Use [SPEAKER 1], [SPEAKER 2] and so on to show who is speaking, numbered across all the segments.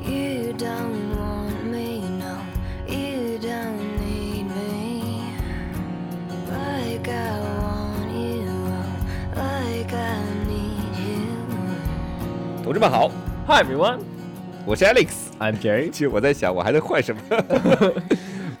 [SPEAKER 1] You don't want me, no, you don't need me. Like I want you, oh, like I need you.
[SPEAKER 2] 同志们好，
[SPEAKER 3] Hi everyone，
[SPEAKER 2] 我是 Alex。
[SPEAKER 3] I'm Jerry.
[SPEAKER 2] 其实我在想，我还能 换什么？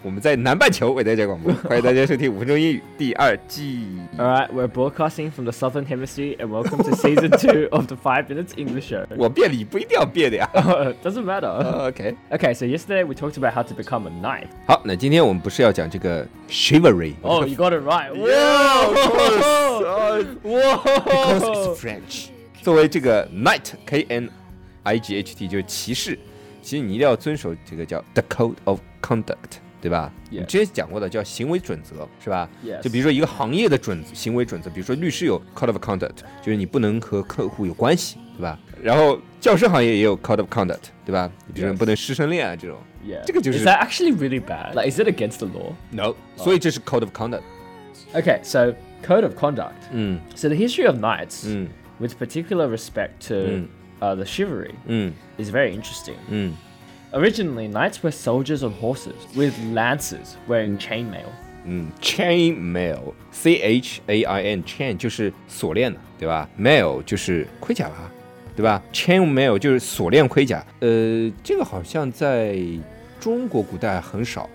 [SPEAKER 2] 我们在南半球为大家广播，欢迎大家收听五分钟英语第二季。
[SPEAKER 3] All right, we're broadcasting from the Southern Hemisphere, and welcome to season two of the Five Minutes English Show.
[SPEAKER 2] 我变理不一定要 变的呀。
[SPEAKER 3] Doesn't matter.
[SPEAKER 2] OK，
[SPEAKER 3] Okay, so yesterday we talked about how to become a knight.
[SPEAKER 2] 好，那今天我们不是要讲这个 chivalry？
[SPEAKER 3] Oh, you got it right.
[SPEAKER 2] Yeah，of
[SPEAKER 3] Whoa!
[SPEAKER 2] French。作为这个 knight K N I G H T 就是骑士，其实你一定要遵守这个叫 the code of conduct，对吧
[SPEAKER 3] Yes
[SPEAKER 2] 你之前讲过的叫行为准则，是吧
[SPEAKER 3] Yes
[SPEAKER 2] 就比如说一个行业的准行为准则，比如说律师有 code of conduct，就是你不能和客户有关系，对吧？然后教师行业也有 code of conduct，对吧？比如说
[SPEAKER 3] Yes
[SPEAKER 2] 你不能师生恋啊这种
[SPEAKER 3] Yeah.
[SPEAKER 2] 这个就是
[SPEAKER 3] Is that actually really bad? Like, is it against the law?
[SPEAKER 2] ，no，所以这是 code of conduct。
[SPEAKER 3] Okay, so code of conduct.
[SPEAKER 2] 嗯
[SPEAKER 3] So the history of knights,
[SPEAKER 2] 嗯
[SPEAKER 3] with particular respect to
[SPEAKER 2] Mm.
[SPEAKER 3] uh, the chivalry,
[SPEAKER 2] 嗯
[SPEAKER 3] is very interesting.
[SPEAKER 2] 嗯
[SPEAKER 3] Originally, knights were soldiers on horses with lances wearing chainmail.
[SPEAKER 2] 嗯，chain mail C H A I N chain 就是锁链的，对吧？mail 就是盔甲吧，对吧？chain mail 就是锁链盔甲。呃，这个好像在中国古代很少，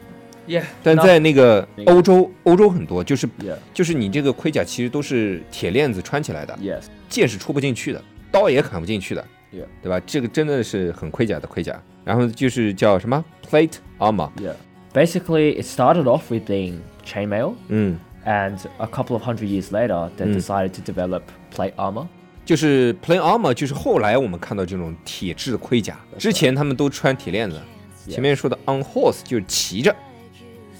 [SPEAKER 3] Yeah.
[SPEAKER 2] 但在那个
[SPEAKER 3] 那个
[SPEAKER 2] 欧洲，欧洲很多，就是
[SPEAKER 3] Yeah.
[SPEAKER 2] 就是你这个盔甲其实都是铁链子穿起来的，
[SPEAKER 3] Yes.
[SPEAKER 2] 剑是戳不进去的，刀也砍不进去的
[SPEAKER 3] Yeah.，
[SPEAKER 2] 对吧？这个真的是很盔甲的盔甲。然后就是叫什么 plate armor，
[SPEAKER 3] Yeah. Basically, it started off with being chainmail,
[SPEAKER 2] 嗯。
[SPEAKER 3] and a couple of hundred years later, they decided to develop plate armor.
[SPEAKER 2] 就是 plain armor，就是后来我们看到这种铁质的盔甲，之前他们都穿铁链子。前面说的 on horse 就是骑着，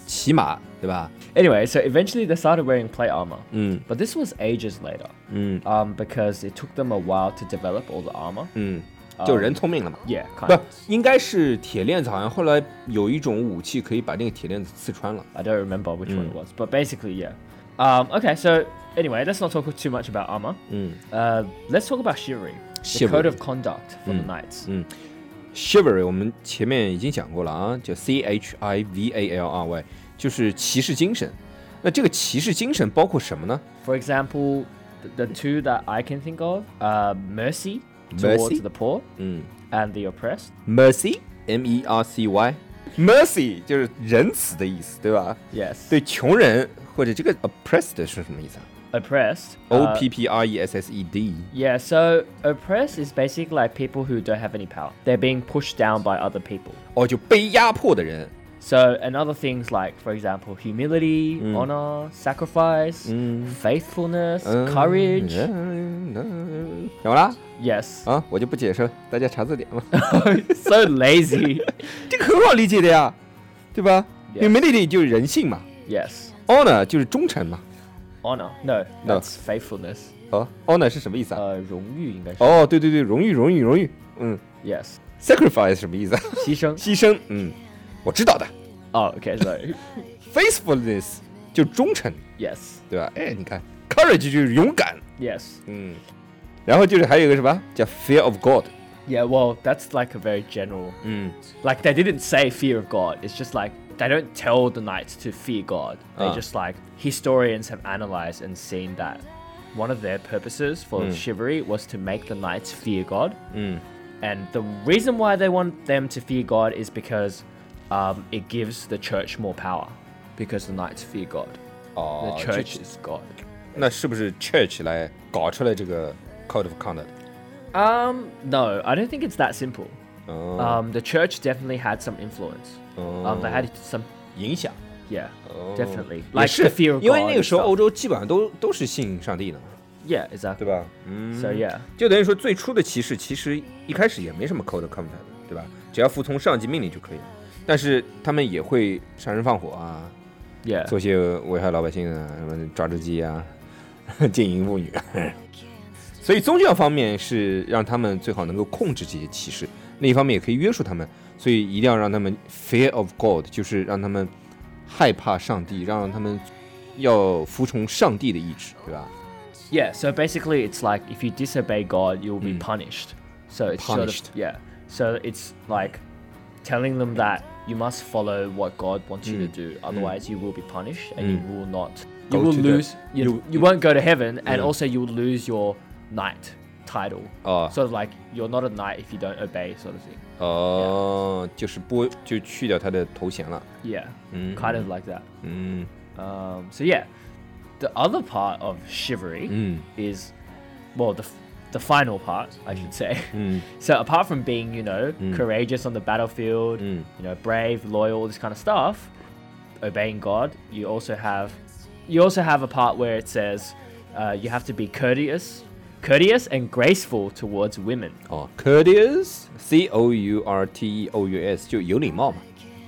[SPEAKER 2] 骑马，对吧？
[SPEAKER 3] Anyway, so eventually they started wearing plate armor,
[SPEAKER 2] 嗯
[SPEAKER 3] but this was ages later,
[SPEAKER 2] 嗯
[SPEAKER 3] um, because it took them a while to develop all the armor.
[SPEAKER 2] 嗯，就人聪明了嘛。
[SPEAKER 3] Yeah, kind
[SPEAKER 2] 不
[SPEAKER 3] of.，
[SPEAKER 2] 应该是铁链子，好像后来有一种武器可以把那个铁链子刺穿了。
[SPEAKER 3] I don't remember which one it was, but basically, yeah. Um, okay, so anyway, let's not talk too much about armor.
[SPEAKER 2] 嗯
[SPEAKER 3] Uh, let's talk about chivalry, the
[SPEAKER 2] Chivalry.
[SPEAKER 3] code of conduct for the knights.
[SPEAKER 2] ，chivalry 我们前面已经讲过了啊，叫 C H I V A L R Y，就是骑士精神。那这个骑士精神包括什么呢？
[SPEAKER 3] For example, th- the two that I can think of are mercy Mm.
[SPEAKER 2] Mercy?
[SPEAKER 3] towards the poor
[SPEAKER 2] 嗯
[SPEAKER 3] and the oppressed.
[SPEAKER 2] ，mercy M E R C Y。Mercy 就是仁慈的意思，对吧？
[SPEAKER 3] Yes.
[SPEAKER 2] 对穷人或者这个 oppressed 是什么意思啊
[SPEAKER 3] Oppressed.
[SPEAKER 2] ？O
[SPEAKER 3] uh,
[SPEAKER 2] P P R E S S E D。
[SPEAKER 3] Yeah, so oppressed is basically like people who don't have any power. They're being pushed down by other people.
[SPEAKER 2] 哦，就被压迫的人。
[SPEAKER 3] So, and other things like, for example, humility, honor, sacrifice, faithfulness,
[SPEAKER 2] 嗯
[SPEAKER 3] courage.
[SPEAKER 2] 嗯嗯怎么啦？
[SPEAKER 3] Yes.
[SPEAKER 2] 啊，我就不解释了，大家查字典吧。
[SPEAKER 3] so lazy.
[SPEAKER 2] 这个很好理解的呀，对吧
[SPEAKER 3] Yes
[SPEAKER 2] ？Humility 就是人性嘛
[SPEAKER 3] Yes.
[SPEAKER 2] ，honor 就是忠诚嘛。
[SPEAKER 3] Honor. No,
[SPEAKER 2] No.
[SPEAKER 3] that's faithfulness.
[SPEAKER 2] 哦，honor 是什么意思啊？
[SPEAKER 3] Uh, 荣誉应该是。
[SPEAKER 2] 哦，对对对，荣誉，荣誉，荣誉。嗯
[SPEAKER 3] Yes.
[SPEAKER 2] ，sacrifice 什么意思啊？
[SPEAKER 3] 牺牲。
[SPEAKER 2] 牺牲。嗯，我知道的。
[SPEAKER 3] Oh, okay, so
[SPEAKER 2] faithfulness 就忠诚，
[SPEAKER 3] yes,
[SPEAKER 2] 对吧？哎，你看，courage 就是勇敢。
[SPEAKER 3] yes,
[SPEAKER 2] 嗯，然后就是还有一个什么叫 fear of God，
[SPEAKER 3] yeah. Well, that's like a very general.
[SPEAKER 2] 嗯
[SPEAKER 3] Like they didn't say fear of God. It's just like they don't tell the knights to fear God. They
[SPEAKER 2] Ah.
[SPEAKER 3] just like historians have analyzed and seen that one of their purposes for chivalry was to make the knights fear God.
[SPEAKER 2] Mm.
[SPEAKER 3] And the reason why they want them to fear God is because um, it gives the church more power because the knights fear God.
[SPEAKER 2] 哦
[SPEAKER 3] The
[SPEAKER 2] 这
[SPEAKER 3] church is God.
[SPEAKER 2] 那是不是 church 来搞出来这个 code of conduct？
[SPEAKER 3] Um, no, I don't think it's that simple.
[SPEAKER 2] 嗯，
[SPEAKER 3] Um, the church definitely had some influence.
[SPEAKER 2] 啊
[SPEAKER 3] Um,
[SPEAKER 2] Oh.
[SPEAKER 3] they had some,
[SPEAKER 2] 哦影响
[SPEAKER 3] yeah,
[SPEAKER 2] 哦
[SPEAKER 3] definitely.
[SPEAKER 2] 也
[SPEAKER 3] Like the
[SPEAKER 2] 是
[SPEAKER 3] fear，of
[SPEAKER 2] 因为
[SPEAKER 3] God
[SPEAKER 2] 那个
[SPEAKER 3] and
[SPEAKER 2] 时候
[SPEAKER 3] stuff.
[SPEAKER 2] 欧洲基本上都都是信上帝的嘛，
[SPEAKER 3] Yeah,
[SPEAKER 2] 对
[SPEAKER 3] exactly.
[SPEAKER 2] 吧？嗯，
[SPEAKER 3] So yeah,
[SPEAKER 2] 就等于说最初的骑士其实一开始也没什么 code of conduct，对吧？只要服从上级命令就可以了。但是他们也会杀人放火啊，
[SPEAKER 3] yeah.
[SPEAKER 2] 做些危害老百姓啊，什么抓只鸡啊， 奸淫妇女啊。所以宗教方面是让他们最好能够控制这些歧视，另一方面也可以约束他们，所以一定要让他们 fear of God，就是让他们害怕上帝，让他们要服从上帝的意志，对吧
[SPEAKER 3] Yeah, so basically it's like if you disobey God, you'll be
[SPEAKER 2] Mm.
[SPEAKER 3] punished. So it's
[SPEAKER 2] Punished.
[SPEAKER 3] sort of yeah. So it's like telling them that you must follow what God wants you to
[SPEAKER 2] Mm.
[SPEAKER 3] do, otherwise you will be punished and you will not you
[SPEAKER 2] Go
[SPEAKER 3] will
[SPEAKER 2] to the-
[SPEAKER 3] lose you,
[SPEAKER 2] you- Mm.
[SPEAKER 3] you, won't go to heaven and
[SPEAKER 2] Yeah.
[SPEAKER 3] also you'll lose your knight title.
[SPEAKER 2] 哦
[SPEAKER 3] Sort of like you're not a knight if you don't obey sort of thing.
[SPEAKER 2] 哦，就是剥就去掉他的头衔了，
[SPEAKER 3] Yeah.
[SPEAKER 2] 嗯
[SPEAKER 3] Kind of like that.
[SPEAKER 2] 嗯
[SPEAKER 3] Um, so yeah. The other part of chivalry
[SPEAKER 2] 嗯
[SPEAKER 3] is well the f- the final part, I should say.
[SPEAKER 2] 嗯
[SPEAKER 3] So apart from being, you know, courageous on the battlefield,
[SPEAKER 2] 嗯
[SPEAKER 3] you know, brave, loyal, all this kind of stuff, obeying God, you also have you also have a part where it says uh, you have to be courteous, courteous and graceful towards women.
[SPEAKER 2] 哦，courteous，c o u r t e o u s，就有礼貌嘛。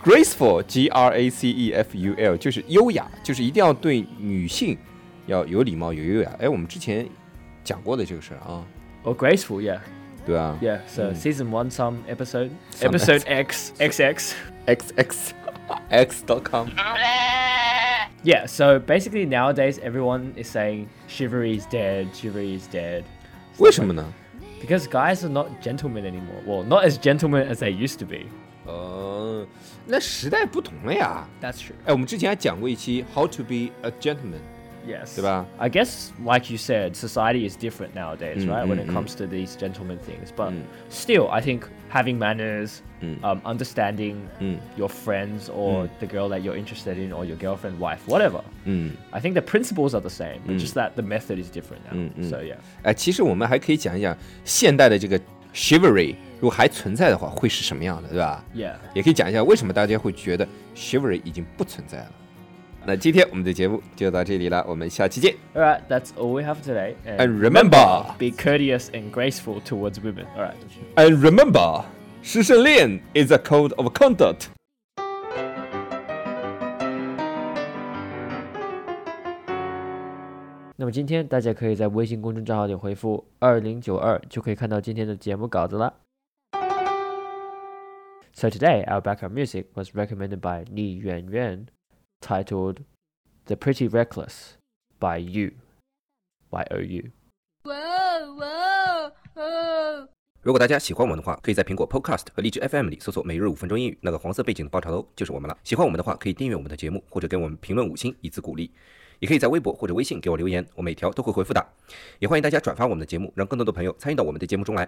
[SPEAKER 2] graceful，g r a c e f u l，就是优雅，就是一定要对女性要有礼貌、有优雅。哎，我们之前讲过的这个事儿啊，
[SPEAKER 3] Or graceful, yeah.
[SPEAKER 2] 对啊吧
[SPEAKER 3] Yeah. So season 1 some episode
[SPEAKER 2] Some
[SPEAKER 3] episode X XX.
[SPEAKER 2] x x x dot com，
[SPEAKER 3] Yeah, so basically nowadays everyone is saying chivalry is dead, chivalry is dead.
[SPEAKER 2] 为什么呢？
[SPEAKER 3] Because guys are not gentlemen anymore. Well, not as gentlemen as they used to be.
[SPEAKER 2] 呃，那时代不同了呀。
[SPEAKER 3] That's true.
[SPEAKER 2] 哎，我们之前还讲过一期 How to be a gentleman，
[SPEAKER 3] Yes.
[SPEAKER 2] 对吧？
[SPEAKER 3] I guess, like you said, society is different nowadays, right? When it
[SPEAKER 2] mm,
[SPEAKER 3] comes to these gentleman things. But still, I think having manners,
[SPEAKER 2] Mm.
[SPEAKER 3] um, understanding your friends or the girl that you're interested in or your girlfriend, wife, whatever.
[SPEAKER 2] 嗯。
[SPEAKER 3] I think the principles are the same,
[SPEAKER 2] Mm.
[SPEAKER 3] but just that the method is different now. So, yeah.
[SPEAKER 2] 哎，其实我们还可以讲一讲现代的这个 chivalry，如果还存在的话，会是什么样的，对吧？
[SPEAKER 3] Yeah.
[SPEAKER 2] 也可以讲一下为什么大家会觉得 chivalry 已经不存在了。那今天我们的节目就到这里了，我们下期见。
[SPEAKER 3] All right, that's all we have today. And,
[SPEAKER 2] And remember,
[SPEAKER 3] be courteous and graceful towards women. All right.
[SPEAKER 2] and remember，师生恋 is a code of conduct。
[SPEAKER 3] 那么今天大家可以在微信公众账号里回复二零九二，就可以看到今天的节目稿子了。So today our background music was recommended by Li Yuan Yuan, titled "The Pretty Reckless" by You, Y O U.
[SPEAKER 4] Whoa, whoa, oh.
[SPEAKER 5] 如果大家喜欢我们的话，可以在苹果 Podcast 和荔枝 FM 里搜索“每日五分钟英语”，那个黄色背景的爆炸头就是我们了。喜欢我们的话，可以订阅我们的节目，或者给我们评论五星以资鼓励。也可以在微博或者微信给我留言，我每条都会回复的。也欢迎大家转发我们的节目，让更多的朋友参与到我们的节目中来。